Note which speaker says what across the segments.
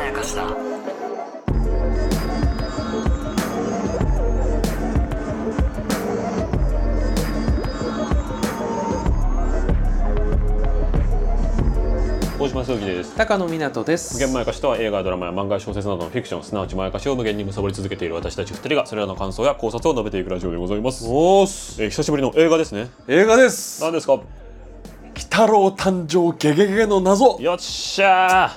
Speaker 1: やかしだ
Speaker 2: 大島鈴木です
Speaker 3: 高野湊です。
Speaker 2: 無限まやかしとは映画やドラマや漫画や小説などのフィクションすなわちまやかしを無限に貪り続けている私たち2人がそれらの感想や考察を述べていくラジオでございます、
Speaker 3: おーす。
Speaker 2: えー久しぶりの映画ですね
Speaker 3: 映画です。
Speaker 2: 何ですか
Speaker 3: 鬼太郎誕生ゲゲゲの謎。
Speaker 2: よっしゃ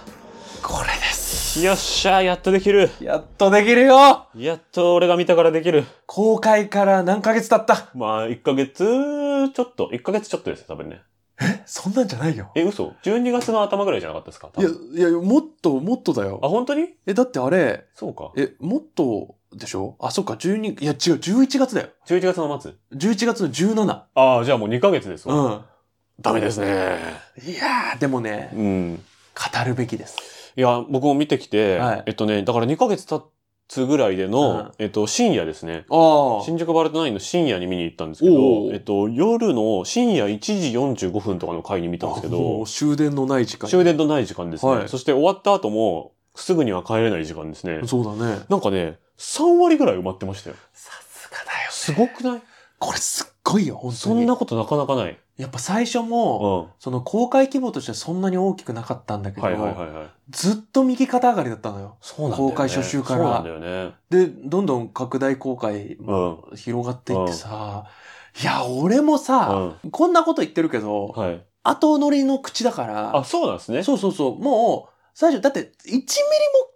Speaker 3: これです。
Speaker 2: ーよっしゃーやっとできる
Speaker 3: やっとできるよ。
Speaker 2: やっと俺が見たからできる
Speaker 3: 公開から何ヶ月経った。
Speaker 2: まあ1ヶ月ちょっと1ヶ月ちょっとですよ多分ね
Speaker 3: そんなんじゃないよ。
Speaker 2: え嘘12月の頭ぐらいじゃなかったですか多
Speaker 3: いや
Speaker 2: 分
Speaker 3: いやもっともっとだ
Speaker 2: あ
Speaker 3: よ。
Speaker 2: 本当に
Speaker 3: えだってあれ
Speaker 2: そうか
Speaker 3: えもっとでしょ。あそっか十二いや違う十一月だよ。
Speaker 2: 11月の末
Speaker 3: 十一月の十七。
Speaker 2: ああじゃあもう2ヶ月です
Speaker 3: う
Speaker 2: わ、
Speaker 3: ん。
Speaker 2: ダメですね
Speaker 3: いやーでもね
Speaker 2: うん
Speaker 3: 語るべきです。
Speaker 2: いや、僕も見てきて、
Speaker 3: はい
Speaker 2: えっとね、だから2ヶ月経つぐらいでの、
Speaker 3: うん
Speaker 2: えっと、深夜ですね。
Speaker 3: ああ。
Speaker 2: 新宿バレットナインの深夜に見に行ったんですけど
Speaker 3: お、う
Speaker 2: えっと、夜の深夜1時45分とかの回に見たんですけ
Speaker 3: も
Speaker 2: ど
Speaker 3: う、終電のない時間。
Speaker 2: 終電とない時間ですね。
Speaker 3: はい
Speaker 2: そして終わった後も、すぐには帰れない時間ですね。
Speaker 3: そうだね。
Speaker 2: なんかね、3割ぐらい埋まってましたよ。
Speaker 3: さすがだよ。
Speaker 2: すごくない
Speaker 3: これすっごいよ、本当に。
Speaker 2: そんなことなかなかない。
Speaker 3: やっぱ最初
Speaker 2: うん。
Speaker 3: も、
Speaker 2: は
Speaker 3: その公開規模としてはそんなに大きくなかったんだ
Speaker 2: い
Speaker 3: けど、
Speaker 2: はいはいはい。
Speaker 3: ずっと右肩上がりだったのよ。
Speaker 2: そうなんだよ、ね。
Speaker 3: 公開初週から
Speaker 2: そうなんだよね。
Speaker 3: で、どんどん拡大公開
Speaker 2: う
Speaker 3: も
Speaker 2: ん。
Speaker 3: 広がっていってさ、いや、俺もさ、
Speaker 2: うん。
Speaker 3: こんなこと言ってるけど、
Speaker 2: はい。
Speaker 3: 後乗りの口だか
Speaker 2: あ、
Speaker 3: ら、
Speaker 2: そうなんですね。
Speaker 3: そうそうそう、もう、最初、だって1ミリも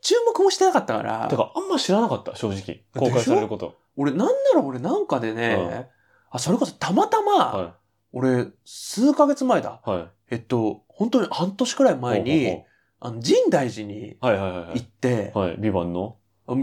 Speaker 3: 注目もしてなかったから
Speaker 2: て、か、あんま知らなかった、正直。公開されること。
Speaker 3: 俺なんなら俺なんかでね、
Speaker 2: うん
Speaker 3: あ、それこそたまたま、
Speaker 2: は
Speaker 3: 俺、数ヶ月前だ。
Speaker 2: い。はい。
Speaker 3: えっと、本当に半年くらい前に、
Speaker 2: ほうほうほ
Speaker 3: あの、神大寺に
Speaker 2: うはいはいはいは
Speaker 3: 行って、
Speaker 2: い。はい、ビバンの。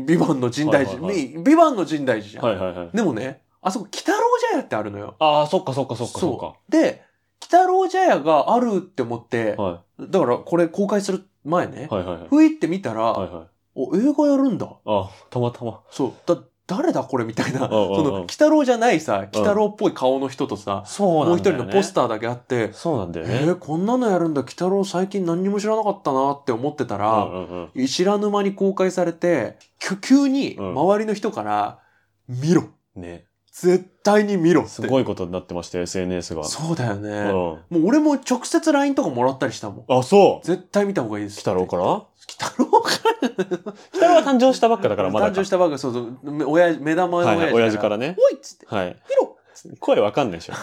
Speaker 3: ビバンの神大寺、
Speaker 2: はいはいはい
Speaker 3: みビバンの神大寺じゃん。
Speaker 2: はいはいはい。
Speaker 3: でもね、あそこ、鬼太郎茶屋ってあるのよ。
Speaker 2: ああ、そっかそっかそっかそっか。
Speaker 3: で、鬼太郎茶屋があるって思って、
Speaker 2: は
Speaker 3: だからこれ公開する前ね、
Speaker 2: いはいはいはい。
Speaker 3: ふいって見たら、
Speaker 2: はいはい。
Speaker 3: お、映画やるんだ。
Speaker 2: あたまたま。
Speaker 3: そう、だ、誰だこれみたいな、
Speaker 2: んうんうん
Speaker 3: その、鬼太郎じゃないさ、鬼太郎っぽい顔の人とさ、
Speaker 2: そう
Speaker 3: も
Speaker 2: な
Speaker 3: うん一
Speaker 2: だ
Speaker 3: 人
Speaker 2: よ、ね。
Speaker 3: のポスターだけあって、
Speaker 2: そうなんだよね。
Speaker 3: えー、こんなのやるんだ、鬼太郎最近何にも知らなかったなって思ってたら、
Speaker 2: うんうんうん。
Speaker 3: 知らぬ間に公開されて、きゅ急に
Speaker 2: うん
Speaker 3: 周りの人から、見ろ
Speaker 2: ね。
Speaker 3: 絶対に見ろって。
Speaker 2: すごいことになってました、SNS が。
Speaker 3: そうだよね。
Speaker 2: う
Speaker 3: もう俺も直接 LINE とかもらったりしたも
Speaker 2: ん。
Speaker 3: ん。
Speaker 2: あ、そう。
Speaker 3: 絶対見た方がいいです。
Speaker 2: 鬼太郎から鬼
Speaker 3: ら。鬼太郎か
Speaker 2: 太郎は誕生したばっかだから、まだ
Speaker 3: 誕
Speaker 2: か。
Speaker 3: 生したばっかり、そうそう、め親父目玉の
Speaker 2: はい
Speaker 3: 親
Speaker 2: はい、
Speaker 3: 父から。
Speaker 2: 親父からね。
Speaker 3: おいっつって、
Speaker 2: はい。
Speaker 3: 見ろ
Speaker 2: 声わかんない でしょ。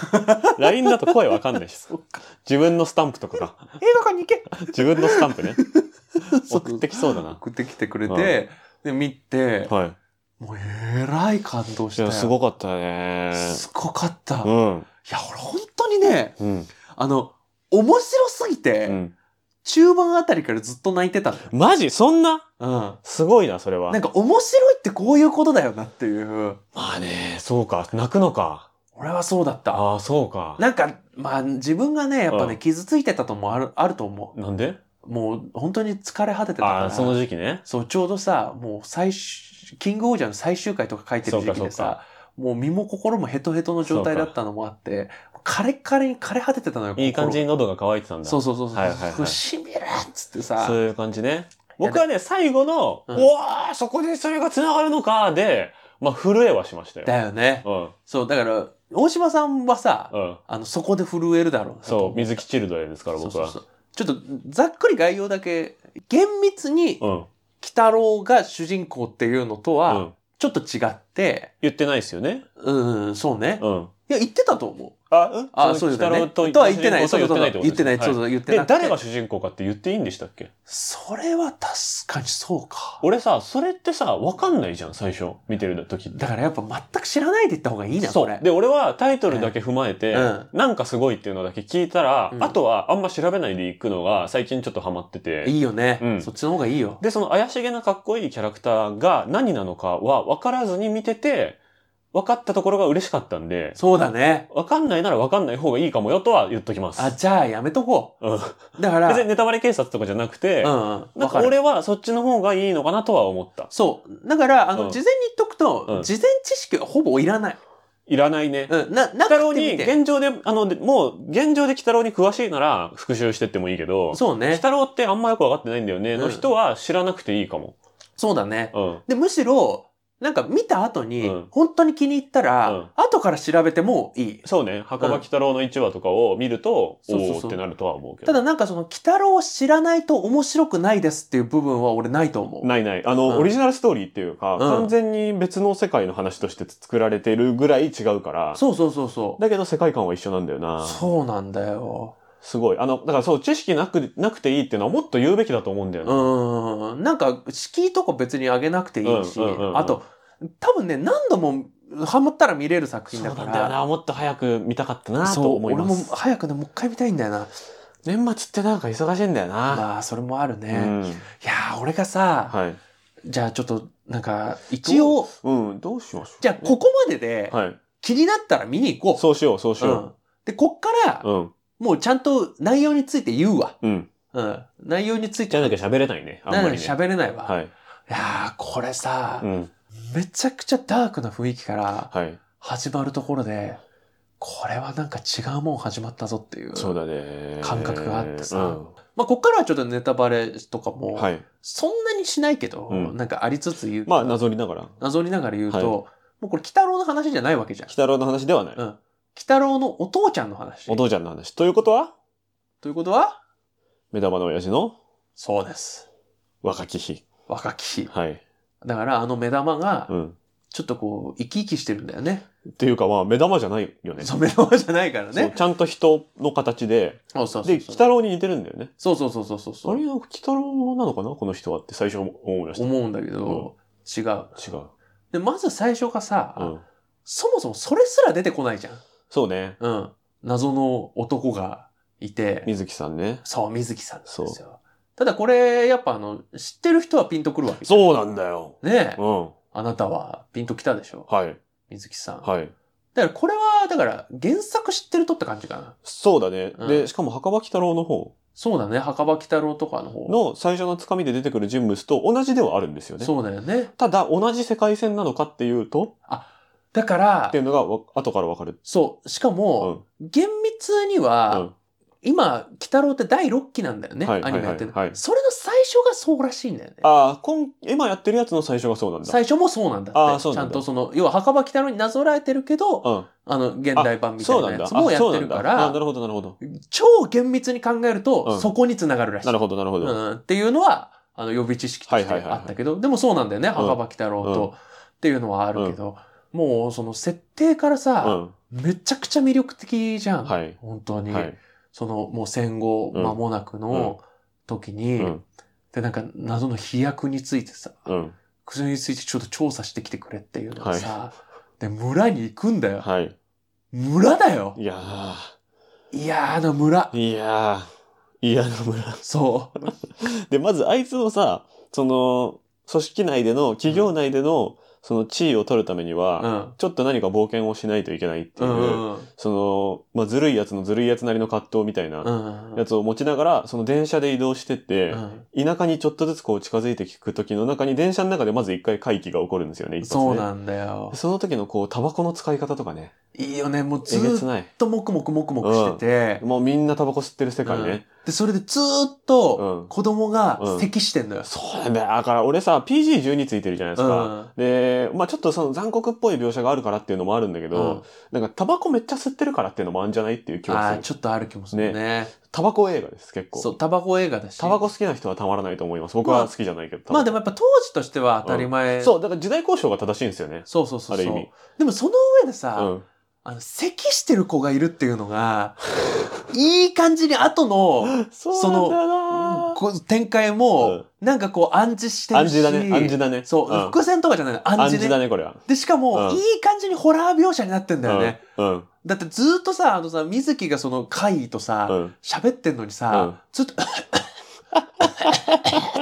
Speaker 2: LINE だと声わかんないでしょ。自分のスタンプとかが。
Speaker 3: 映画館に行け
Speaker 2: 自分のスタンプね。
Speaker 3: そう
Speaker 2: 送ってき そうだな。
Speaker 3: 送ってきてくれ
Speaker 2: うん
Speaker 3: て、で、見て、
Speaker 2: は
Speaker 3: もうえらい感動し
Speaker 2: い。い
Speaker 3: たよ。
Speaker 2: や、すごかったね。
Speaker 3: すごかった。
Speaker 2: う
Speaker 3: い
Speaker 2: ん。
Speaker 3: や、俺本当にね、
Speaker 2: うん。
Speaker 3: あの、面白すぎて、
Speaker 2: うん。
Speaker 3: 中盤あたりからずっと泣いてたのよ。
Speaker 2: マジそんな
Speaker 3: う
Speaker 2: すごいな、それは。
Speaker 3: ん。なんか面白いってこういうことだよなっていう。
Speaker 2: まあね、そうか。泣くのか。
Speaker 3: 俺はそうだった。
Speaker 2: ああ、そうか。
Speaker 3: なんか、まあ自分がね、やっぱね、
Speaker 2: うん
Speaker 3: 傷ついてたともある、あると思
Speaker 2: なんで
Speaker 3: う。もう本当に疲れ果ててたか
Speaker 2: あ
Speaker 3: ら。
Speaker 2: あ、その時期ね。
Speaker 3: そう、ちょうどさ、もう最終、キングオージャーの最終回とか書いてる時期で
Speaker 2: そうか
Speaker 3: さ、もう身も心もヘトヘトの状態だったのもあって、枯れ枯れに枯れ果ててたのよ、
Speaker 2: いい感じ
Speaker 3: 心
Speaker 2: に喉が渇いてたんだ。
Speaker 3: そうそうそうそう。
Speaker 2: はいはいはい
Speaker 3: しびれっつって
Speaker 2: そう
Speaker 3: さ、
Speaker 2: いう感じね。僕はね、最後の、
Speaker 3: う
Speaker 2: うんわー、そこでそれが繋がるのか、で、まあ、震えはしましたよ。
Speaker 3: だよね。
Speaker 2: うん。
Speaker 3: そう、だから、大島さんはさ、
Speaker 2: うん。
Speaker 3: あの、そこで震えるだろうなと
Speaker 2: そ
Speaker 3: 思
Speaker 2: う、水木チルドレンですから、
Speaker 3: そう
Speaker 2: 僕
Speaker 3: そう
Speaker 2: は。
Speaker 3: そう。ちょっと、ざっくり概要だけ、厳密に、
Speaker 2: う
Speaker 3: 鬼
Speaker 2: ん。
Speaker 3: 太郎が主人公っていうのと
Speaker 2: う
Speaker 3: は
Speaker 2: ん、
Speaker 3: ちょっと違って、
Speaker 2: 言ってないですよね。
Speaker 3: うん、そうね。
Speaker 2: うん。
Speaker 3: いや、言ってたと思う。
Speaker 2: あ、うん
Speaker 3: あ、そうですよね。
Speaker 2: と
Speaker 3: とは言ってない。
Speaker 2: と
Speaker 3: そう
Speaker 2: 言
Speaker 3: そ
Speaker 2: って
Speaker 3: うそ
Speaker 2: ないうってこと
Speaker 3: 言ってない。
Speaker 2: です
Speaker 3: そう
Speaker 2: よ
Speaker 3: そう、言って
Speaker 2: で
Speaker 3: な、くて。
Speaker 2: 誰が主人公かって言っていいんでしたっけ
Speaker 3: それは確かにそうか。
Speaker 2: 俺さ、それってさ、わかんないじゃん、最初。見てる時って
Speaker 3: だ。からやっぱ全く知らないで言った方がいいな、
Speaker 2: そ
Speaker 3: これ
Speaker 2: う。。で、俺はタイトルだけ踏まえて、
Speaker 3: うん
Speaker 2: なんかすごいっていうのだけ聞いたら、
Speaker 3: うん
Speaker 2: あとはあんま調べないでいくのが最近ちょっとハマってて。
Speaker 3: いいよね、
Speaker 2: うん
Speaker 3: そっちの方がいいよ。
Speaker 2: で、その怪しげなかっこいいキャラクターが何なのかは分からずに見てて、分かったところが嬉しかったんで、
Speaker 3: そうだね。
Speaker 2: 分かんないなら分かんない方がいいかもよとは言っときます。
Speaker 3: あ、じゃあやめとこ
Speaker 2: うん
Speaker 3: う。だから、
Speaker 2: 別にネタバレ警察とかじゃなくて、
Speaker 3: うんうん。
Speaker 2: なん
Speaker 3: わ
Speaker 2: か
Speaker 3: かる
Speaker 2: 俺はそっちの方がいいのかなとは思った。
Speaker 3: そう。だから、あの、
Speaker 2: うん
Speaker 3: 事前に言っとくと、
Speaker 2: うん
Speaker 3: 事前知識はほぼいらない。
Speaker 2: いらないね。
Speaker 3: うん、な、
Speaker 2: 鬼
Speaker 3: な
Speaker 2: 太郎
Speaker 3: くて
Speaker 2: に、
Speaker 3: みて。
Speaker 2: 現状で、あの、でもう、現状で鬼太郎に詳しいなら、復習してってもいいけど、
Speaker 3: そう
Speaker 2: 鬼
Speaker 3: ね。
Speaker 2: 太郎ってあんまよくわかってないんだよね、
Speaker 3: うん
Speaker 2: の人は知らなくていいかも。
Speaker 3: そうだね。
Speaker 2: うん。
Speaker 3: で、むしろ、なんか見た後に、
Speaker 2: うん
Speaker 3: 本当に気に入ったら、
Speaker 2: うん
Speaker 3: 後から調べてもいい。
Speaker 2: そうね、墓場鬼太郎の1話とかを見ると、
Speaker 3: そうそうそう
Speaker 2: おおってなるとは思うけ
Speaker 3: た
Speaker 2: ど。
Speaker 3: だなんかその、鬼太郎を知らないと面白くないですっていう部分は俺ないと思う。
Speaker 2: ないない。あの、
Speaker 3: うん
Speaker 2: オリジナルストーリーっていうか、
Speaker 3: ん
Speaker 2: 完全に別の世界の話として作られてるぐらい違うから、
Speaker 3: そうそうそうそう。
Speaker 2: だけど世界観は一緒なんだよな。
Speaker 3: そうなんだよ。
Speaker 2: すごい。あの、だからそう、知識なく、なくていいっていうのはもっと言うべきだと思うんだよ
Speaker 3: う
Speaker 2: ね。
Speaker 3: ーん。なんか、敷居とか別に上げなくていいし、
Speaker 2: うんうんうんうん
Speaker 3: あと、多分ね、何度もハマったら見れる作
Speaker 2: そう
Speaker 3: 品だか
Speaker 2: なんだよ
Speaker 3: ら。
Speaker 2: な。もっと早く見たかったな
Speaker 3: そう
Speaker 2: と思いま
Speaker 3: 俺も
Speaker 2: す。
Speaker 3: 早くね、もう一回見たいんだよな。
Speaker 2: 年末ってなんか忙しいんだよな。
Speaker 3: まあ、それもあるね。
Speaker 2: うん
Speaker 3: いやー、俺がさ、
Speaker 2: はい。
Speaker 3: じゃあちょっと、なんか、一応、
Speaker 2: うん、どうしましょう。
Speaker 3: じゃあここまでで、
Speaker 2: はい。
Speaker 3: 気になったら見に行こう。
Speaker 2: そうしよう、そうし
Speaker 3: うん
Speaker 2: よ
Speaker 3: で、こっから
Speaker 2: う。、うん。
Speaker 3: もうちゃんと内容について言うわ。
Speaker 2: うん。
Speaker 3: うん。内容につい
Speaker 2: じ
Speaker 3: て
Speaker 2: ゃなきゃ喋れないね。あんまりね。
Speaker 3: 喋れないわ。い、
Speaker 2: はい。
Speaker 3: やー、これさ、
Speaker 2: うん。
Speaker 3: めちゃくちゃダークな雰囲気から
Speaker 2: はい。
Speaker 3: 始まるところで、これはなんか違うもん始まったぞっていう。
Speaker 2: そうだね。
Speaker 3: 感覚があってさ
Speaker 2: うん
Speaker 3: まあ、こっからはちょっとネタバレとかも、
Speaker 2: はい。
Speaker 3: そんなにしないけど、
Speaker 2: うん
Speaker 3: なんかありつつ言う。
Speaker 2: まあ、なぞりながら。鬼
Speaker 3: なぞりながら言うと、
Speaker 2: はい
Speaker 3: もうこれ、鬼太郎の話じゃないわけじゃん。
Speaker 2: 太郎の話ではない。
Speaker 3: うん。鬼太郎のお父ちゃんの話。
Speaker 2: お父ちゃんの話。ということは、
Speaker 3: ということは
Speaker 2: 目玉の親父の
Speaker 3: そうです。
Speaker 2: 若き日。
Speaker 3: 若き日。
Speaker 2: はい。
Speaker 3: だからあの目玉が
Speaker 2: う、ん。
Speaker 3: ちょっとこう、生き生きしてるんだよね。
Speaker 2: っていうか、まあ、目玉じゃないよね。
Speaker 3: そう、目玉じゃないから
Speaker 2: そう
Speaker 3: ね。
Speaker 2: ちゃんと人の形で、
Speaker 3: そうそうそ
Speaker 2: で、
Speaker 3: う
Speaker 2: 鬼。太郎に似てるんだよね。
Speaker 3: そうそうそうそうそう
Speaker 2: あ
Speaker 3: そ
Speaker 2: れ、
Speaker 3: う。
Speaker 2: なんか鬼太郎なのかなこの人はって最初思いまし
Speaker 3: 思うんだけど、違う。
Speaker 2: た。違う。
Speaker 3: で、まず最初がさ、
Speaker 2: うん。
Speaker 3: そもそもそれすら出てこないじゃん。
Speaker 2: そうね。
Speaker 3: うん。謎の男がいて、
Speaker 2: 水木さんね。
Speaker 3: そう、水木さんなんですよ。ただこれ、やっぱあの、知ってる人はピンとくるわけ
Speaker 2: そうなんだよ。
Speaker 3: ねえ
Speaker 2: う。ん。
Speaker 3: あなたはピンときたでしょ
Speaker 2: はい。
Speaker 3: 水木さん。
Speaker 2: はい。
Speaker 3: だからこれは、だから原作知ってるとって感じかな。
Speaker 2: そうだね。
Speaker 3: うん
Speaker 2: で、しかも墓場鬼太郎の方
Speaker 3: そうだね。墓場鬼太郎とかの方。
Speaker 2: の最初のつかみで出てくる人物と同じではあるんですよね。
Speaker 3: そうだよね。
Speaker 2: ただ、同じ世界線なのかっていうと、
Speaker 3: だから
Speaker 2: ってい、うのがわ後からわかる。
Speaker 3: そう。しか
Speaker 2: う
Speaker 3: も、
Speaker 2: ん。
Speaker 3: 厳密に
Speaker 2: う
Speaker 3: は、
Speaker 2: ん。
Speaker 3: 今、鬼太郎って第6期なんだよね。
Speaker 2: はい
Speaker 3: アニメやってる
Speaker 2: はいはいはい
Speaker 3: それの最初がそうらしいんだよね。
Speaker 2: ああ、今、今やってるやつの最初がそうなんだ。
Speaker 3: 最初もそうなんだ
Speaker 2: あ
Speaker 3: っ
Speaker 2: ー
Speaker 3: て。
Speaker 2: そう
Speaker 3: ち
Speaker 2: な
Speaker 3: ゃ
Speaker 2: ん
Speaker 3: ん
Speaker 2: だ
Speaker 3: とその、要は墓場鬼太郎になぞらえてるけど、
Speaker 2: うん。
Speaker 3: あの、現代版みた
Speaker 2: そ
Speaker 3: いうな
Speaker 2: なんだ。
Speaker 3: や
Speaker 2: あ
Speaker 3: つもやってるか
Speaker 2: そうなんだあ、な
Speaker 3: ら、
Speaker 2: るほど、なるほど。
Speaker 3: 超厳密に考える
Speaker 2: う
Speaker 3: と、
Speaker 2: ん
Speaker 3: そこに繋がるらしい
Speaker 2: な。るほど、なるほど。
Speaker 3: うん、っていうのは、あの、予備知識として
Speaker 2: はいはいはいは
Speaker 3: あ
Speaker 2: い
Speaker 3: ったけど、でもそうなんだよね、
Speaker 2: ん
Speaker 3: 墓場鬼太郎
Speaker 2: うん
Speaker 3: と、っていうのはあるけど、もう、その設定からさ、めちゃくちゃ魅力的じゃ
Speaker 2: うん。
Speaker 3: ん。
Speaker 2: はい。
Speaker 3: 本当に
Speaker 2: は。い。
Speaker 3: その、もう戦後間もなくの時
Speaker 2: う
Speaker 3: に
Speaker 2: ん、。
Speaker 3: で、なんか謎の飛躍についてさ、
Speaker 2: うん。
Speaker 3: それについてちょっと調査してきてくれっていうのがさ、で、村に行くんだよ。
Speaker 2: はい。
Speaker 3: 村だよ
Speaker 2: いやー。
Speaker 3: 嫌な村
Speaker 2: いやー、嫌な村。
Speaker 3: そ
Speaker 2: で、まずあいつのさ、その、組織内での、企業内での、その地位を取るために
Speaker 3: う。う
Speaker 2: は、
Speaker 3: ん。
Speaker 2: ちょっと何か冒険をしないといけないって
Speaker 3: う
Speaker 2: い
Speaker 3: んう
Speaker 2: う、
Speaker 3: んうん。
Speaker 2: その、まあ、ずるいやつのずるいやつなりの葛藤みたいな
Speaker 3: うん
Speaker 2: やつを持ちながら、その電車で移動してって
Speaker 3: う、ん。
Speaker 2: 田舎にちょっとずつこう近づいていく時の中に電車の中でまず一回回帰が起こるんですよね、一発ね
Speaker 3: そうなんだよ。
Speaker 2: その時のこう、タバコの使い方とかね、
Speaker 3: いいよね。もうず
Speaker 2: えげつ
Speaker 3: ーっ
Speaker 2: ない。
Speaker 3: ともくもくもくもくしてて、
Speaker 2: もうみんなタバコ吸ってる世界ね。
Speaker 3: で、それでずーっ
Speaker 2: う
Speaker 3: と
Speaker 2: ん
Speaker 3: 子供が
Speaker 2: うん
Speaker 3: 咳してんのよ。
Speaker 2: そうなんだよ。だから俺さ、PG12 ついてるじゃないですか。
Speaker 3: うん
Speaker 2: で、まあちょっとその残酷っぽい描写があるからっていうのもあるんだけど、なんかタバコめっちゃ吸ってるからっていうのもあるんじゃないっていう気
Speaker 3: うんあ
Speaker 2: が
Speaker 3: あ、
Speaker 2: する。
Speaker 3: ちょっとある気もするね。
Speaker 2: タバコ映画です、結
Speaker 3: そ
Speaker 2: 構。
Speaker 3: う、タバコ映画だし。
Speaker 2: タバコ好きな人はたまらないと思います。僕
Speaker 3: ま
Speaker 2: は
Speaker 3: あ
Speaker 2: 好きじゃないけど。
Speaker 3: まあで
Speaker 2: も。
Speaker 3: もやっぱ当時としては当たり前。
Speaker 2: そう、だから時代交渉が正しいんですよね。
Speaker 3: そうそうそ
Speaker 2: あ
Speaker 3: う
Speaker 2: る意
Speaker 3: そ
Speaker 2: 味
Speaker 3: う。でもその上でさ、
Speaker 2: うん。
Speaker 3: あの、咳してる子がいるっていうの が、いい感じに後の
Speaker 2: そうなんだよな
Speaker 3: こう展開も、なんかこう暗示して
Speaker 2: 暗
Speaker 3: るし。
Speaker 2: 示だね、暗示だね。
Speaker 3: そう、
Speaker 2: ん
Speaker 3: 伏線とかじゃないの、暗
Speaker 2: 暗
Speaker 3: 示
Speaker 2: 示
Speaker 3: ね
Speaker 2: だ。ね、これは。
Speaker 3: で、しかも、
Speaker 2: うん
Speaker 3: いい感じにホラー描写になってんだよね。
Speaker 2: うん。うん。
Speaker 3: だってずーっとさ、あのさ、水木がその怪異と
Speaker 2: う
Speaker 3: さ、
Speaker 2: ん。
Speaker 3: 喋、ってんのに
Speaker 2: うん
Speaker 3: さ、ずっと、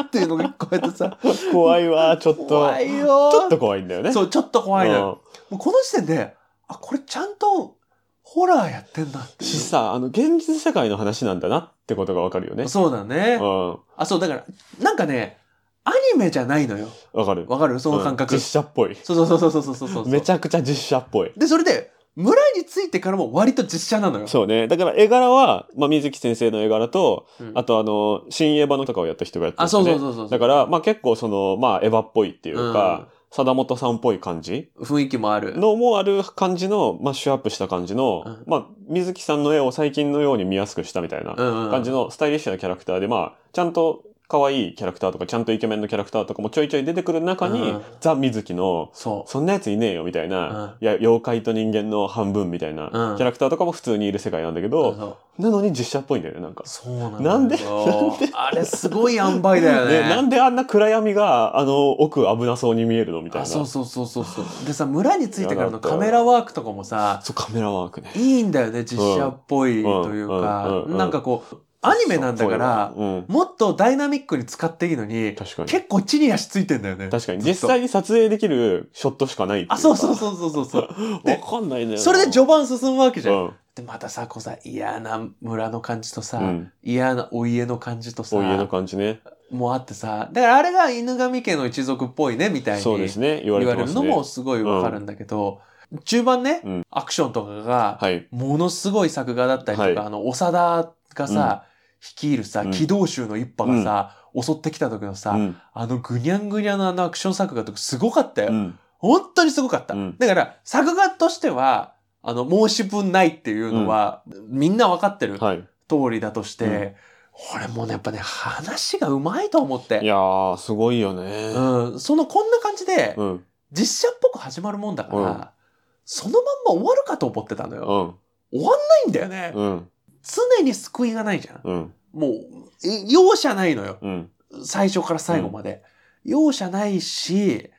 Speaker 3: っていうのが聞こえてさ、
Speaker 2: 怖いわ、ちょっと。
Speaker 3: 怖
Speaker 2: ち
Speaker 3: いよー
Speaker 2: ょっと怖いんだよね。
Speaker 3: そう、ちょっと怖いな。
Speaker 2: うん
Speaker 3: もうこの時点で、あ、これちゃんと、ホラーやってんだっていう
Speaker 2: しさ、あの、現実世界の話なんだなってことがわかるよね。
Speaker 3: そうだね
Speaker 2: う。ん。
Speaker 3: あ、そう、だから、なんかね、アニメじゃないのよ。
Speaker 2: わかる。
Speaker 3: わかるその
Speaker 2: う
Speaker 3: 感覚。
Speaker 2: ん実写っぽい。
Speaker 3: そうそうそうそうそうそうそう。
Speaker 2: めちゃくちゃ実写っぽい。
Speaker 3: で、それで、村に着いてからも割と実写なのよ。
Speaker 2: そうね。だから絵柄は、まあ、水木先生の絵柄と、
Speaker 3: うん
Speaker 2: あとあの、新エヴァのとかをやった人がやってる
Speaker 3: あ、
Speaker 2: んです
Speaker 3: そ
Speaker 2: よ
Speaker 3: う
Speaker 2: ね。
Speaker 3: そうそうそう。
Speaker 2: だから、まあ結構その、まあエヴァっぽいっていうか、貞本さんっぽい感じ
Speaker 3: うん雰囲気もある。
Speaker 2: のもある感じの、マッシュアップした感じの、
Speaker 3: うん
Speaker 2: まあ水木さんの絵を最近のように見やすくしたみたいな
Speaker 3: うんうん
Speaker 2: 感じのスタイリッシュなキャラクターで、まあちゃんと可愛いキャラクターとか、ちゃんとイケメンのキャラクターとかもちょいちょい出てくる中に、
Speaker 3: うん
Speaker 2: ザ・水木の、
Speaker 3: そう。
Speaker 2: そんなやついねえよみたいな、
Speaker 3: う
Speaker 2: いや妖怪と人間の半分みたいな、
Speaker 3: うん
Speaker 2: キャラクターとかも普通にいる世界なんだけ
Speaker 3: そ
Speaker 2: ど、
Speaker 3: う
Speaker 2: なのに実写っぽいんだよねなんか。
Speaker 3: そうなのよ
Speaker 2: なんで
Speaker 3: あれすごい塩梅だよね。
Speaker 2: ねなんであんな暗闇があの奥危なそうに見えるのみたい
Speaker 3: あ
Speaker 2: な
Speaker 3: そうそうそうそう そう。でさ、村に着いてからのカメラワークとかもさ、
Speaker 2: そうカメラワークね
Speaker 3: いいんだよね、実写っぽいという
Speaker 2: うんうん
Speaker 3: か
Speaker 2: う、んうん
Speaker 3: なんかこう、アニメなんだから
Speaker 2: そう、うん、
Speaker 3: もっとダイナミックに使っていいのに、
Speaker 2: 確かに
Speaker 3: 結構地に足ついてんだよね。
Speaker 2: 確かに
Speaker 3: ずっ
Speaker 2: 実
Speaker 3: と
Speaker 2: 際に撮影できるショットしかないってい
Speaker 3: あ、そうそう
Speaker 2: う
Speaker 3: そうそうそうそう。
Speaker 2: かわかん ないね
Speaker 3: それで序盤進むわけじゃん。
Speaker 2: うん
Speaker 3: で、またさ、こうさ、嫌な村の感じとさ、
Speaker 2: うん
Speaker 3: 嫌なお家の感じとさ、
Speaker 2: お家の感じね
Speaker 3: もあってさ、だからあれが犬神家の一族っぽいね、みたいに
Speaker 2: そうです
Speaker 3: 言
Speaker 2: ね言われ
Speaker 3: わ
Speaker 2: て
Speaker 3: れ
Speaker 2: ま
Speaker 3: る
Speaker 2: す
Speaker 3: の
Speaker 2: ね
Speaker 3: もすごいわかるんだけど、中盤ね、
Speaker 2: うん
Speaker 3: アクションとかが、
Speaker 2: はい
Speaker 3: ものすごい作画だったりとか、
Speaker 2: はい
Speaker 3: あの、長田がさ、率いるさ
Speaker 2: う、ん
Speaker 3: 機動衆の一派がさ、襲ってきた時のさ、
Speaker 2: うん
Speaker 3: あのぐにゃんぐにゃんのあのアクション作画とかすごかったよ。
Speaker 2: うん
Speaker 3: 本当にすごかった。
Speaker 2: うん
Speaker 3: だから、作画としては、あの、申し分ないっていうのは、みんなわかってる通
Speaker 2: はい
Speaker 3: りだとして、
Speaker 2: うん
Speaker 3: 俺もね、やっぱね、話がうまいと思っ
Speaker 2: い
Speaker 3: て。
Speaker 2: やーすごいよね
Speaker 3: うん、その、こんな感じで、
Speaker 2: うん
Speaker 3: 実写っぽく始まるもんだから、
Speaker 2: うん
Speaker 3: そのまんま終わるかと思ってたのよ。
Speaker 2: うん
Speaker 3: 終わんないんだよね。
Speaker 2: うん
Speaker 3: 常に救いがないじゃん。
Speaker 2: うん
Speaker 3: もう、え容赦ないのよ。
Speaker 2: うん
Speaker 3: 最初から最後まで。容赦ないし、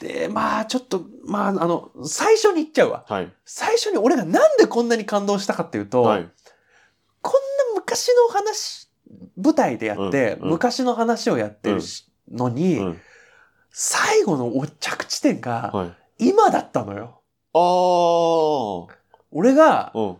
Speaker 3: で、まあ、ちょっと、まあ、あの、最初に言っちゃうわ。
Speaker 2: はい
Speaker 3: 最初に俺がなんでこんなに感動したかっていうと、
Speaker 2: はい
Speaker 3: こんな昔の話、舞台でやって、
Speaker 2: うんうん
Speaker 3: 昔の話をやってるしのに、
Speaker 2: うん
Speaker 3: 最後のお着地点が、
Speaker 2: はい
Speaker 3: 今だったのよ。
Speaker 2: あー
Speaker 3: 俺が、
Speaker 2: うん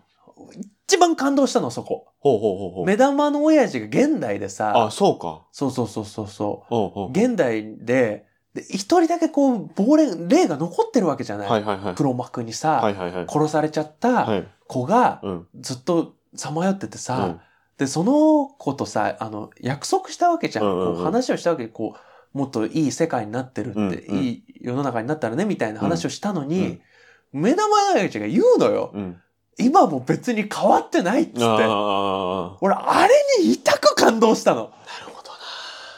Speaker 3: 一番感動したのはそこ。
Speaker 2: ほうほうほうほう
Speaker 3: 目玉の親父が現代で
Speaker 2: あ
Speaker 3: さ、
Speaker 2: そうか
Speaker 3: そうそうそうそうそう。
Speaker 2: うんうん
Speaker 3: 現代で、で、一人だけこう、亡霊、霊が残ってるわけじゃない。
Speaker 2: はいはいはい
Speaker 3: 黒幕にさ、
Speaker 2: はいはいはい
Speaker 3: 殺されちゃった
Speaker 2: はい
Speaker 3: 子が、
Speaker 2: うん
Speaker 3: ずっとさまよってて
Speaker 2: う
Speaker 3: さ、
Speaker 2: ん
Speaker 3: で、その子とさ、あの、約束したわけじゃん。
Speaker 2: うんうんうん
Speaker 3: こう話をしたわけこう、もっといい世界になってるって、
Speaker 2: うんうん
Speaker 3: いい世の中になったらね、みたいな話をしたのに、
Speaker 2: うん
Speaker 3: 目玉親父が言うのよ。
Speaker 2: うん
Speaker 3: 今も別に変わってないっつって。
Speaker 2: あ
Speaker 3: 俺、あれに痛く感動したの。
Speaker 2: あ。なるほどな。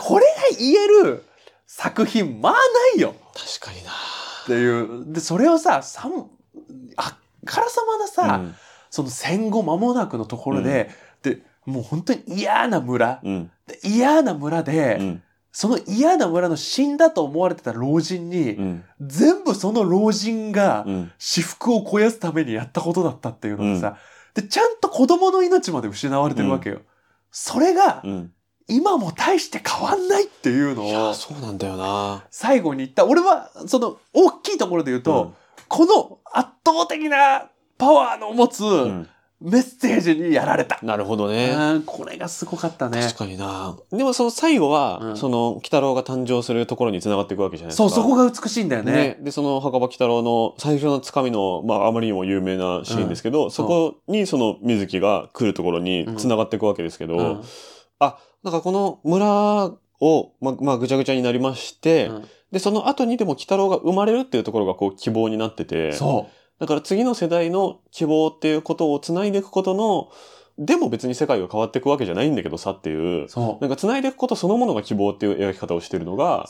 Speaker 3: これが言える作品、まあないよ。
Speaker 2: 確かにな。
Speaker 3: っていう。で、それをさ、さん、あからさまなさ、
Speaker 2: うん
Speaker 3: その戦後間もなくのところで、で、もう本当に嫌な村、
Speaker 2: うん。
Speaker 3: で嫌な村で、
Speaker 2: うん。
Speaker 3: その嫌な村の死んだと思われてた老人に、
Speaker 2: うん。
Speaker 3: 全部その老人が
Speaker 2: うん。
Speaker 3: 私服を肥やすためにやったことだったっていうのがさ、で、ちゃんと子供の命まで失われてるわけよ。それが、
Speaker 2: うん。
Speaker 3: 今も大して変わんないっていうの
Speaker 2: いや、
Speaker 3: を、
Speaker 2: そうなんだよな。
Speaker 3: 最後に言った。俺は、その、大きいところで言うと、この圧倒的なパワーの持つ
Speaker 2: うん、うん。
Speaker 3: メッセージにやられた。
Speaker 2: なるほど
Speaker 3: う
Speaker 2: ね。
Speaker 3: んこれがすごかったね。
Speaker 2: 確かにな。でも、その最後
Speaker 3: う
Speaker 2: は、
Speaker 3: ん
Speaker 2: その、鬼太郎が誕生するところに繋がっていくわけじゃないです
Speaker 3: そ
Speaker 2: か。
Speaker 3: う、そこが美しいんだよね。
Speaker 2: ね。で、その、墓場鬼太郎の最初のつかみの、まあ、あまりにも有名なシーンですけど、そこに、その、水木が来るところに繋がっていくわけですけど、
Speaker 3: うん
Speaker 2: なんかこの村を、ま、まあ、ぐちゃぐちゃになりまして、
Speaker 3: うん
Speaker 2: で、その後にでも、鬼太郎が生まれるっていうところが、こう、希望になってて、
Speaker 3: そ
Speaker 2: だから次の世代の希望っていうことを繋いでいくことの、でも別に世界が変わっていくわけじゃないんだけどさっていう
Speaker 3: う。、そう。
Speaker 2: なんか繋いでいくことそのものが希望っていう描き方をしてるのが、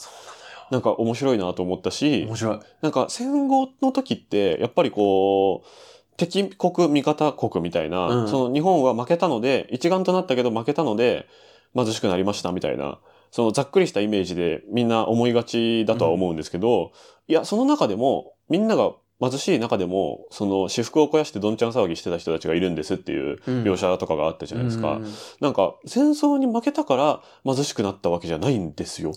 Speaker 2: なんか面白いなと思ったし
Speaker 3: 面、白い。
Speaker 2: なんか戦後の時って、やっぱりこう、敵国、味方国みたいな、
Speaker 3: うん
Speaker 2: その日本は負けたので、一丸となったけど負けたので、貧しくなりましたみたいな、そのざっくりしたイメージでみんな思いがちだとは思うんですけど、いや、その中でも、みんなが貧しい中でも、その私服を肥やしてどんちゃん騒ぎしてた人たちがいるんですっていう描写とかがあったじゃないですか。
Speaker 3: うん
Speaker 2: なんか、戦争に負けたから貧しくなったわけじゃないんですよっ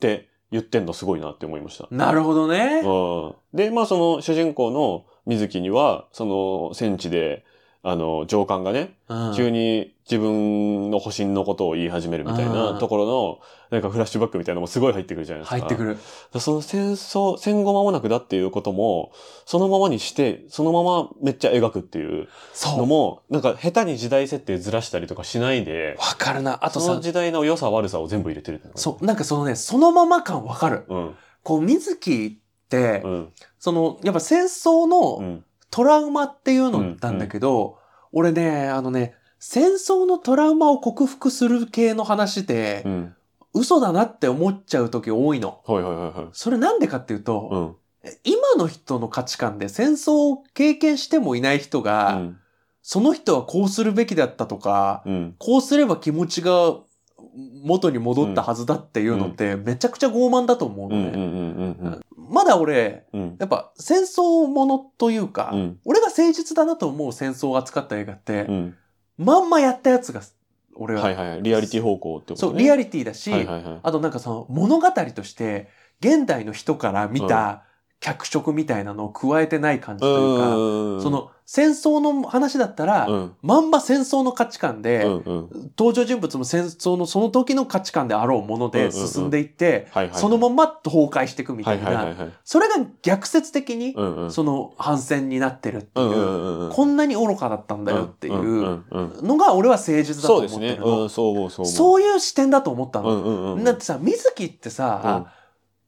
Speaker 2: て言ってんのすごいなって思いました。
Speaker 3: なるほどね。
Speaker 2: うんで、まあその主人公の水木には、その戦地で、あの、上官がね、
Speaker 3: うん
Speaker 2: 急に自分の保身のことを言い始めるみたい
Speaker 3: うん
Speaker 2: なところの、なんかフラッシュバックみたいなのもすごい入ってくるじゃないですか。
Speaker 3: 入ってくる。
Speaker 2: だその戦争、戦後間もなくだっていうことも、そのままにして、そのままめっちゃ描くっていう
Speaker 3: そ
Speaker 2: の
Speaker 3: う。
Speaker 2: も、なんか下手に時代設定ずらしたりとかしないで、
Speaker 3: わかるな。あと
Speaker 2: その
Speaker 3: さ、
Speaker 2: 時代の良さ悪さを全部入れてるっていのが
Speaker 3: そう、なんかそのね、そのまま感わかる。
Speaker 2: うん。
Speaker 3: こう、水木って、
Speaker 2: うん。
Speaker 3: その、やっぱ戦争の、
Speaker 2: うん。
Speaker 3: トラウマっていうのなんだけど、俺ね、あのね、戦争のトラウマを克服する系の話で、
Speaker 2: うん。
Speaker 3: 嘘だなって思っちゃう時多いの。
Speaker 2: はいはいはいはい。
Speaker 3: それなんでかっていうと、
Speaker 2: うん。
Speaker 3: 今の人の価値観で戦争を経験してもいない人が、
Speaker 2: うん
Speaker 3: その人はこうするべきだったとか、
Speaker 2: うん。
Speaker 3: こうすれば気持ちが元に戻ったはずだっていうのって、めちゃくちゃ傲慢だと思う
Speaker 2: う
Speaker 3: の
Speaker 2: ん。うん。う
Speaker 3: ね。
Speaker 2: ん。うん。
Speaker 3: まだ俺、
Speaker 2: うん。
Speaker 3: やっぱ戦争ものというか、
Speaker 2: うん。
Speaker 3: 俺が誠実だなと思う戦争を扱った映画って
Speaker 2: う、ん。
Speaker 3: まんまやったやつが、俺は、
Speaker 2: はいはいはい。リアリティ方向ってこと
Speaker 3: そう、リア
Speaker 2: リ
Speaker 3: リティだし、
Speaker 2: はいはいはい。
Speaker 3: あとなんかその物語として、現代の人から見た脚色みたいなのを加えてない感じというか、
Speaker 2: うん。
Speaker 3: そ、の戦争の話だったら、
Speaker 2: うん。
Speaker 3: まんま戦争の価値観で、
Speaker 2: うん。うん。
Speaker 3: 登場人物も戦争のその時の価値観であろうもの
Speaker 2: う
Speaker 3: で
Speaker 2: んうんうん
Speaker 3: 進んでいって、
Speaker 2: はいはい。
Speaker 3: そのまんま崩壊していくみた
Speaker 2: はい
Speaker 3: いな、
Speaker 2: はいはいはい。
Speaker 3: それが逆説的に、
Speaker 2: うん。うん。
Speaker 3: その反戦になってるって
Speaker 2: う
Speaker 3: い
Speaker 2: ん
Speaker 3: う、
Speaker 2: うんうんうん。
Speaker 3: こんなに愚かだったんだよってい
Speaker 2: ん
Speaker 3: う
Speaker 2: うんうんうん
Speaker 3: のが俺は誠実だと
Speaker 2: そう
Speaker 3: 思
Speaker 2: で
Speaker 3: っ
Speaker 2: す
Speaker 3: て
Speaker 2: ね。
Speaker 3: るの。
Speaker 2: うん、そう思う、そう思う。
Speaker 3: そういう視点だと思った
Speaker 2: う
Speaker 3: の。
Speaker 2: んうんうん。
Speaker 3: だってさ、水木ってさ、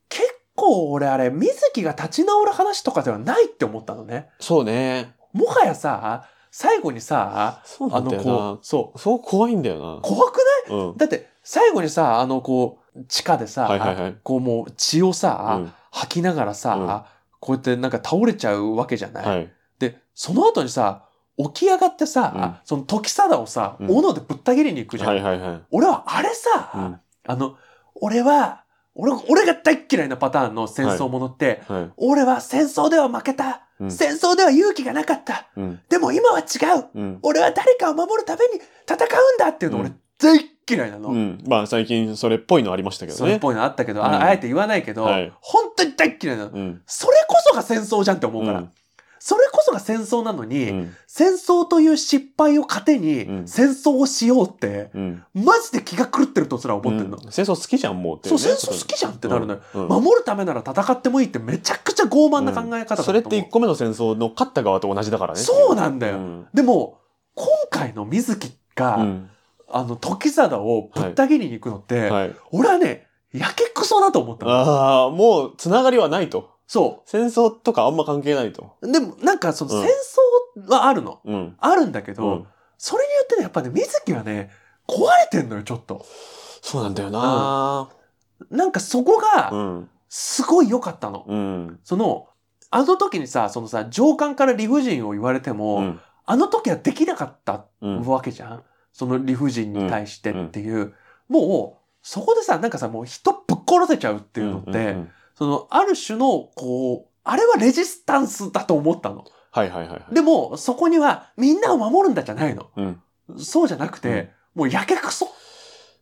Speaker 3: 結構俺あれ、水木が立ち直る話とかではないって思ったのね。
Speaker 2: そうね。
Speaker 3: もはやさ、最後にさ、
Speaker 2: そうな
Speaker 3: あ
Speaker 2: ん
Speaker 3: の
Speaker 2: だよ
Speaker 3: こ
Speaker 2: な。
Speaker 3: う、そう、
Speaker 2: そう怖いんだよ
Speaker 3: 怖くない
Speaker 2: な。うん。
Speaker 3: だって最後にさ、あのこう、地下でさ、
Speaker 2: はいはいはい。
Speaker 3: こうもう血をさ、
Speaker 2: うん
Speaker 3: 吐きながらさ、こうやってなんか倒れちゃうわけじゃない、
Speaker 2: はい。
Speaker 3: で、その後にさ、起き上がってさ、その時貞をさ、
Speaker 2: うん
Speaker 3: 斧でぶった切りに行くじゃん。
Speaker 2: はいはいはい。
Speaker 3: 俺はあれさ、
Speaker 2: うん
Speaker 3: あの、俺は、俺、俺が大っ嫌いなパターンの戦争ものって、
Speaker 2: はい。
Speaker 3: 俺は戦争では負けた、
Speaker 2: うん
Speaker 3: 戦争では勇気がなかった。
Speaker 2: うん。
Speaker 3: でも今は違う。
Speaker 2: うん。
Speaker 3: 俺は誰かを守るために戦うんだっていうの、
Speaker 2: うん
Speaker 3: 俺大っ嫌いなの。
Speaker 2: うん。まあ最近それっぽいのありましたけど
Speaker 3: それっ
Speaker 2: ね。
Speaker 3: ぽいのあったけど、あ
Speaker 2: うん
Speaker 3: あえて言わないけど、
Speaker 2: はい
Speaker 3: 本当に大っ嫌いなの。
Speaker 2: うん。
Speaker 3: それこそが戦争じゃんって思うから。
Speaker 2: うん
Speaker 3: それこそが戦争なの
Speaker 2: う
Speaker 3: に、
Speaker 2: ん。
Speaker 3: 戦争という失敗を糧
Speaker 2: う
Speaker 3: に
Speaker 2: ん
Speaker 3: 戦争をしようって、
Speaker 2: うん。
Speaker 3: マジで気が狂ってるとすら思ってるの。
Speaker 2: うん戦争好きじゃん、もうってい
Speaker 3: そうう、
Speaker 2: ね。
Speaker 3: 戦争好きじゃんってなるのよ。
Speaker 2: うん
Speaker 3: 守るためなら戦ってもいいってめちゃくちゃ傲慢な考え方だと思う
Speaker 2: それって1個目の戦争の勝った側と同じだからね。
Speaker 3: そうなんだよ
Speaker 2: うん
Speaker 3: でも、今回の水木が、
Speaker 2: うん。
Speaker 3: あの、時貞をぶった切りに行くのって、
Speaker 2: はい。
Speaker 3: 俺はね、やけくそだと思ったの。
Speaker 2: ああ、もうつながりはないと。
Speaker 3: そ
Speaker 2: 戦争とかあんま関係ないと。
Speaker 3: う。でも、なんかその
Speaker 2: うん
Speaker 3: 戦争はあるの。
Speaker 2: うん。
Speaker 3: あるんだけ
Speaker 2: う
Speaker 3: ど、
Speaker 2: ん
Speaker 3: それによってね、やっぱね、水木はね、壊れてんのよ、ちょっと。
Speaker 2: そうなんだよな。
Speaker 3: なんかそこ
Speaker 2: う
Speaker 3: が、
Speaker 2: ん。
Speaker 3: すごい良かったの。
Speaker 2: うん。
Speaker 3: その、あの時にさ、そのさ、上官から理不尽を言われても、
Speaker 2: うん
Speaker 3: あの時はできなかった
Speaker 2: うん。
Speaker 3: わけじゃん、その理不尽に対してっていう、もうそこでさなんかさもう人ぶっ殺せちゃうっていうのって、
Speaker 2: んんん
Speaker 3: そのある種のこうあれはレジスタンスだと思ったの
Speaker 2: はいはいはいはい。
Speaker 3: でもそこにはみんなを守るんだじゃないの
Speaker 2: うん
Speaker 3: そうじゃなくて、もうやけくそ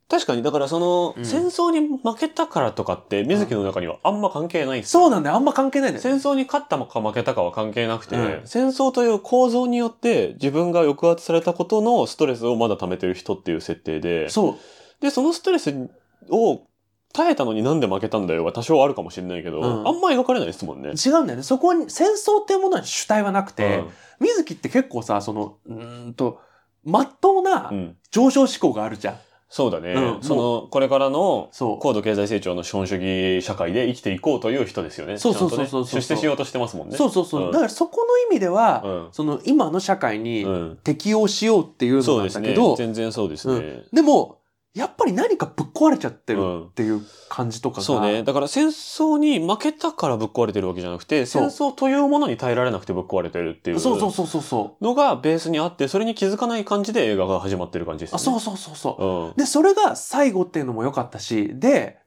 Speaker 2: 確かに、だからその、
Speaker 3: うん
Speaker 2: 戦争に負けたからとかって、水木の中にはあんま関係ないんですよ
Speaker 3: そうなんだよあんま関係ないんだよ
Speaker 2: 戦争に勝ったか負けたかは関係なくて、
Speaker 3: うん
Speaker 2: 戦争という構造によって自分が抑圧されたことのストレスをまだ溜めてる人っていう設定で、
Speaker 3: そう
Speaker 2: で、そのストレスを耐えたのになんで負けたんだよは多少あるかもしれないけど、
Speaker 3: うん
Speaker 2: あんま描かれないですもんね。
Speaker 3: 違うんだよねそこに戦争っていうものに主体はなくて、水木って結構さそのうーんとまっとうな
Speaker 2: うん、うん
Speaker 3: 上昇志向があるじゃん、
Speaker 2: そうだね。
Speaker 3: うん
Speaker 2: その、これからの
Speaker 3: そう
Speaker 2: 高度経済成長の資本主義社会で生きていこうという人ですよね。
Speaker 3: そうそうそうそ
Speaker 2: ちゃん
Speaker 3: う
Speaker 2: とね出世しようとしてますもんね。
Speaker 3: そうそうそう、
Speaker 2: うん
Speaker 3: だからそこの意味では、
Speaker 2: うん
Speaker 3: その今の社会に
Speaker 2: うん。
Speaker 3: 適応しようっていうの
Speaker 2: そう
Speaker 3: なん
Speaker 2: です
Speaker 3: だけ
Speaker 2: ね
Speaker 3: ど、。で
Speaker 2: 全然そうですね。
Speaker 3: もやっぱり何かぶっ壊れちゃって
Speaker 2: う
Speaker 3: る
Speaker 2: ん
Speaker 3: っていう感じとかが、
Speaker 2: そうね。だから戦争に負けたからぶっ壊れてるわけじゃなくて、
Speaker 3: そ
Speaker 2: 戦
Speaker 3: う
Speaker 2: 争というものに耐えられなくてぶっ壊れてるっていう
Speaker 3: そうそうそうそうそう
Speaker 2: のがベースにあって、それに気づかない感じで映画が始まってる感じです
Speaker 3: あ
Speaker 2: ね。
Speaker 3: そうそうそうそう、
Speaker 2: う
Speaker 3: でそれが最後っていうのも良かったしで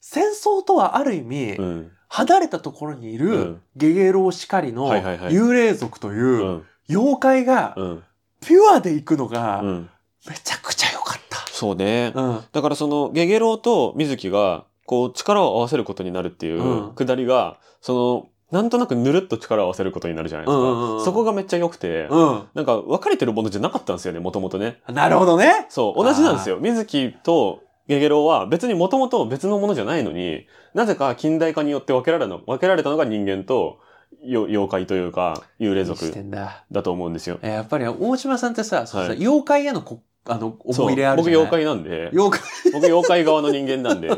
Speaker 3: 戦争とはある意味、
Speaker 2: ん。うん。
Speaker 3: 離れたところにいる、
Speaker 2: うん
Speaker 3: ゲゲロウシカリの
Speaker 2: はいはいはい
Speaker 3: 幽霊族と
Speaker 2: う。
Speaker 3: いうん妖怪が
Speaker 2: うん。
Speaker 3: ピュアで行くのが
Speaker 2: うん。
Speaker 3: めちゃくちゃ良かっ
Speaker 2: そうね。
Speaker 3: た。うん
Speaker 2: だからその、ゲゲロウと水木が、こう、力を合わせることになるっていううんくだりが、その、なんとなくぬるっと力を合わせることになるじゃないですか。
Speaker 3: うんうんうん
Speaker 2: そこがめっちゃ良くて、
Speaker 3: う
Speaker 2: なんか分かれてるものじゃなかったんですよね、もともとね。
Speaker 3: ん。なるほどね。
Speaker 2: そう、同じなんですよ。水木とゲゲロウは別にもともと別のものじゃないのに、なぜか近代化によって分けられの分けられたのが人間とよ妖怪というか幽霊
Speaker 3: 何して
Speaker 2: 族
Speaker 3: んだ。
Speaker 2: だと思うんですよ。
Speaker 3: えやっぱり大島さんってさ、そうさ
Speaker 2: はい
Speaker 3: 妖怪へのこあの
Speaker 2: そう
Speaker 3: 思い入れある
Speaker 2: 僕
Speaker 3: じゃない
Speaker 2: 妖怪なんで、
Speaker 3: 妖
Speaker 2: 僕妖怪側の人間なんで、そ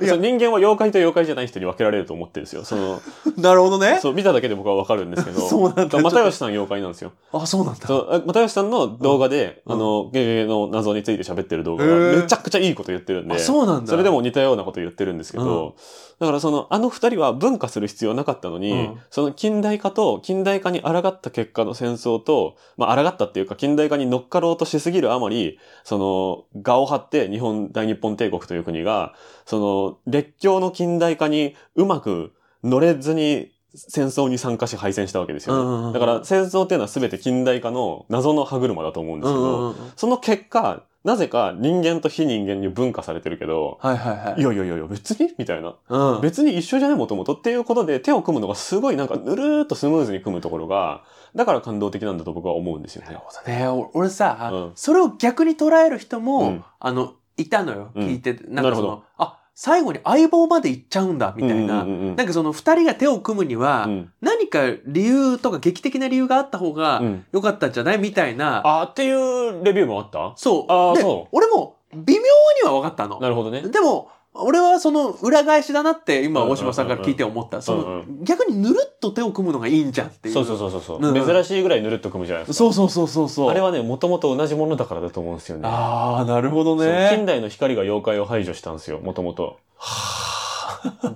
Speaker 3: 怪。いや
Speaker 2: う人間は妖怪と妖怪じゃない人に分けられると思ってるんですよ。そ の、
Speaker 3: なるほどね。
Speaker 2: そう、見ただけで僕は分かるんですけど、
Speaker 3: そうなんだ。
Speaker 2: 又吉さん妖怪なんですよ。
Speaker 3: あ、そうなんだ。
Speaker 2: そうあ又吉さんの動画で、
Speaker 3: うん
Speaker 2: あの、ゲゲゲの謎について喋ってる動画
Speaker 3: へー
Speaker 2: がめちゃくちゃいいこと言ってるんで、
Speaker 3: あ、そうなんだ。
Speaker 2: それでも似たようなこと言ってるんですけど、だからその、あの二人は文化する必要なかったのに、
Speaker 3: うん
Speaker 2: その近代化と、近代化に抗った結果の戦争と、まあ抗ったっていうか、近代化に乗っかろうとしすぎるあまり、その、画を張って日本、大日本帝国という国が、その、列強の近代化にうまく乗れずに戦争に参加し敗戦したわけですよね、
Speaker 3: うんうんうん
Speaker 2: だから戦争っていうのは全て近代化の謎の歯車だと思うんで
Speaker 3: う
Speaker 2: すけ
Speaker 3: んう
Speaker 2: ど、
Speaker 3: んうん。
Speaker 2: その結果、なぜか人間と非人間に分化されてるけど、
Speaker 3: はいはいはい。
Speaker 2: いやいやいやいや、別にみたいな。
Speaker 3: うん。
Speaker 2: 別に一緒じゃないもともとっていうことで手を組むのがすごいなんかぬるーっとスムーズに組むところが、だから感動的なんだと僕は思うんですよね。
Speaker 3: ねお俺さ、
Speaker 2: うん
Speaker 3: それを逆に捉える人も、
Speaker 2: うん
Speaker 3: あのいたのよ
Speaker 2: うん
Speaker 3: 聞いてて、な
Speaker 2: な
Speaker 3: んか
Speaker 2: る
Speaker 3: そ
Speaker 2: ほ
Speaker 3: の
Speaker 2: ど
Speaker 3: あ最後に相棒まで行っちゃうんだみたいな、
Speaker 2: うんうんうん
Speaker 3: なんかその2人が手を組むには、
Speaker 2: うんうん
Speaker 3: 何か理由とか劇的な理由があった方
Speaker 2: う
Speaker 3: が
Speaker 2: ん
Speaker 3: 良かったんじゃないみたいな、
Speaker 2: あ、っていうレビューもあった
Speaker 3: そう
Speaker 2: あー
Speaker 3: で
Speaker 2: そ
Speaker 3: 俺も微妙には分かったの
Speaker 2: なるほどね。
Speaker 3: でも俺はその裏返しだなって今
Speaker 2: うんうんうんう
Speaker 3: 大
Speaker 2: ん
Speaker 3: 島さんから聞いて思った、その
Speaker 2: う
Speaker 3: 逆にぬるっと手を組むのがいいんじゃんっていう
Speaker 2: そうそうそうそう。
Speaker 3: うんうん
Speaker 2: 珍しいぐらいぬるっと組むじゃないですか。
Speaker 3: そうそうそうそうそう
Speaker 2: あれはね、もともと同じものだからだと思うんですよね。
Speaker 3: ああなるほどね
Speaker 2: そう近代の光が妖怪を排除したんですよ、もともと。
Speaker 3: は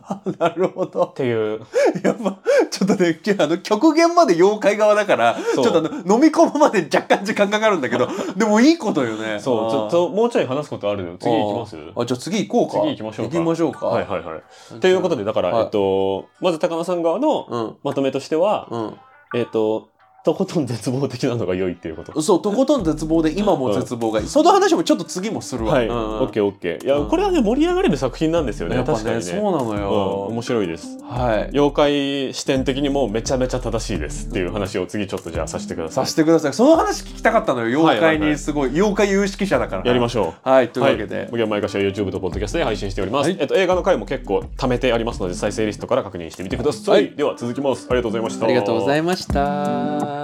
Speaker 3: あ、 なるほど
Speaker 2: っ。ていう。
Speaker 3: やっぱ、ちょっとね、きあの、極限まで妖怪側だから、ちょ
Speaker 2: そ
Speaker 3: っ
Speaker 2: う
Speaker 3: とあの、飲み込むまで若干時間かかるんだけど、でもいいことよね。
Speaker 2: そう、ちょっともうちょい話すことあるの。
Speaker 3: あー、
Speaker 2: 次行きます
Speaker 3: あ、じゃあ次行こうか。
Speaker 2: 次行きましょうか
Speaker 3: 行きましょうか。
Speaker 2: はいはいはい。ということで、だから、
Speaker 3: はい
Speaker 2: えっと、まず高野さん側の
Speaker 3: うん。
Speaker 2: まとめとしては、
Speaker 3: う
Speaker 2: えっと、とことん絶望的なのが良いっていうこと。
Speaker 3: ん、そうとことん絶望で今も絶望がいい、その話もちょっと次もするわ、
Speaker 2: はい、
Speaker 3: う
Speaker 2: オ
Speaker 3: ん
Speaker 2: ッケーオッケー。いや、
Speaker 3: うん
Speaker 2: これはね、盛り上がれる作品なんですよね。
Speaker 3: やっぱ
Speaker 2: 確か
Speaker 3: ね
Speaker 2: に
Speaker 3: そう
Speaker 2: ね。
Speaker 3: なの
Speaker 2: うん、
Speaker 3: よ、
Speaker 2: 面白いです。
Speaker 3: はい
Speaker 2: 妖怪視点的にもめちゃめちゃ正しいですっていう話を次ちょっとじゃあさせてくださ
Speaker 3: さ
Speaker 2: い
Speaker 3: せ。てくださいその話聞きたかったのよ妖怪
Speaker 2: はいはいは
Speaker 3: に
Speaker 2: い
Speaker 3: すごい,、妖怪有識者だから
Speaker 2: やりましょう。
Speaker 3: はいというわけで、
Speaker 2: はい、無限毎回は YouTube と Podcast で配信しております、
Speaker 3: はい
Speaker 2: えっと、映画の回も結構貯めてありますので再生リストから確認してみてください、
Speaker 3: はい
Speaker 2: では続きますありがとうございました
Speaker 3: ありがとうございました。